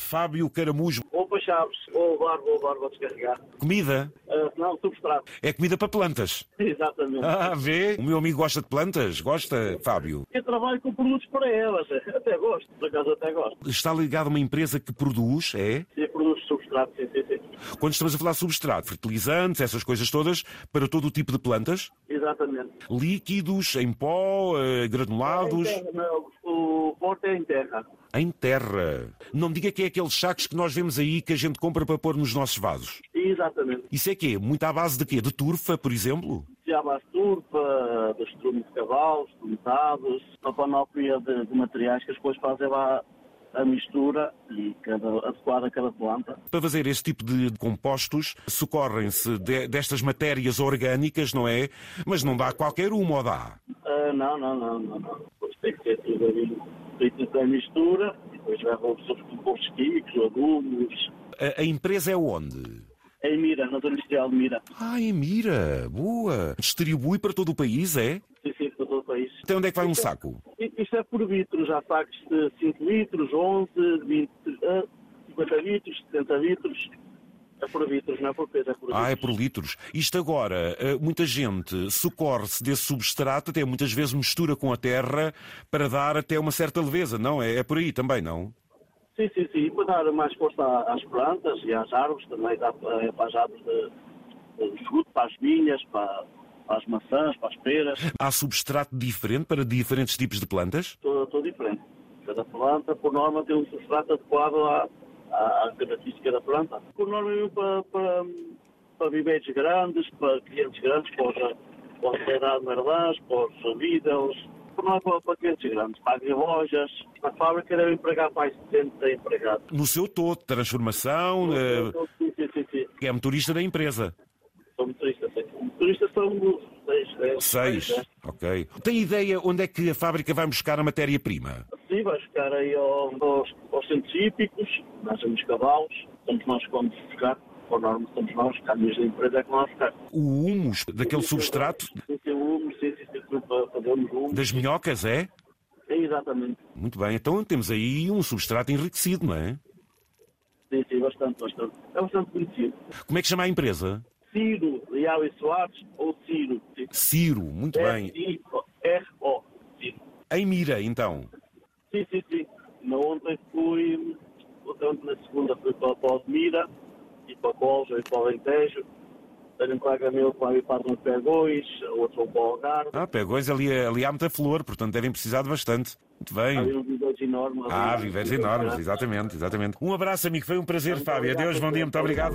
Fábio Caramujo. Ou para Chaves, ou levar, vou levar, vou descarregar. Comida Ah, não, substrato. é comida para plantas. Exatamente. Ah, vê? O meu amigo gosta de plantas? Gosta, Fábio? Eu trabalho com produtos para elas. Até gosto, por acaso até gosto. Está ligado a uma empresa que produz, é? E produtos de substrato, sim, sim, sim. Quando estamos a falar de substrato, fertilizantes, essas coisas todas, para todo o tipo de plantas? Exatamente. Líquidos, em pó, eh, granulados, Em terra, não, o porte é em terra. em terra. Não me diga que é aqueles sacos que nós vemos aí que a gente compra para pôr nos nossos vasos. Exatamente. Isso é quê? Muito à base de quê? De turfa, por exemplo? Já a turpa, do estrume de cavalos, cometados, a panóplia de, de materiais que as coisas fazem lá a mistura e cada, adequada a cada planta. Para fazer este tipo de de compostos, socorrem-se de- destas matérias orgânicas, não é? Mas não dá qualquer uma, ou dá? Ah, não, não, não, não, não. Pois tem que ser tudo ali feito da mistura, e depois vai com os compostos químicos, adubo, A, a empresa é onde? Em Mira, na Zona Industrial de Mira. Ah, em Mira, boa. Distribui para todo o país, é? Sim, sim, para todo o país. Até onde é que vai um saco? I- Isto é por litros. Há sacos de 5 litros, 11, 20, ah, 50 litros, 70 litros. É por litros, não é por peso, é por litros. Ah, é por litros. Isto agora, eh, muita gente socorre-se desse substrato, até muitas vezes mistura com a terra para dar até uma certa leveza, não é? É por aí também, não? Sim, sim, sim. E para dar mais força à- às plantas e às árvores também, dá para, é para as árvores de, de fruto, para as vinhas, para, para as maçãs, para as peras. Há substrato diferente para diferentes tipos de plantas? Estou diferente. Cada planta, por norma, tem um substrato adequado à, à, à característica da planta. Por norma, eu para, para, para viveiros grandes, para clientes grandes, para, para a sociedade de Merdás, para os amigos, por norma, para, para clientes grandes, para as lojas. A fábrica deve empregar mais de 70 empregados. No seu todo, transformação, eh, Sim, sim, sim, sim. é motorista da empresa. São motoristas, sim. Motoristas são seis. né? Seis. né? Ok. Tem ideia onde é que a fábrica vai buscar a matéria-prima? Sim, vai ficar aí ao- aos, aos centros hípicos, nós somos cavalos, somos nós que vamos buscar, por norma somos nós, caminhos da empresa é que vamos buscar. O humus daquele substrato Sim, sim, um, sim, sim, sim, sim, para fazermos um. das minhocas, é? É, exatamente. Muito bem, então temos aí um substrato enriquecido, não é? Sim, sim, bastante, bastante. É bastante conhecido. Como é que chama a empresa? Ciro Leal e Soares, ou Ciro? sim. Ciro, muito É. bem. C-I-R-O. Ciro. Em Mira, então. Sim, sim, sim. Na ontem fui, ontem na segunda fui para, para Almira e para Colja e para o Alentejo. Tenho um colega meu que vai para o Pegões, outro vão para o Algarve. Ah, pegões ali, ali há muita flor, portanto devem precisar de bastante. Muito Há bem. um viveiros enormes. Ah, viveres enormes, exatamente, exatamente. Um abraço, amigo. Foi um prazer, Fábio. Adeus, bom dia, muito obrigado.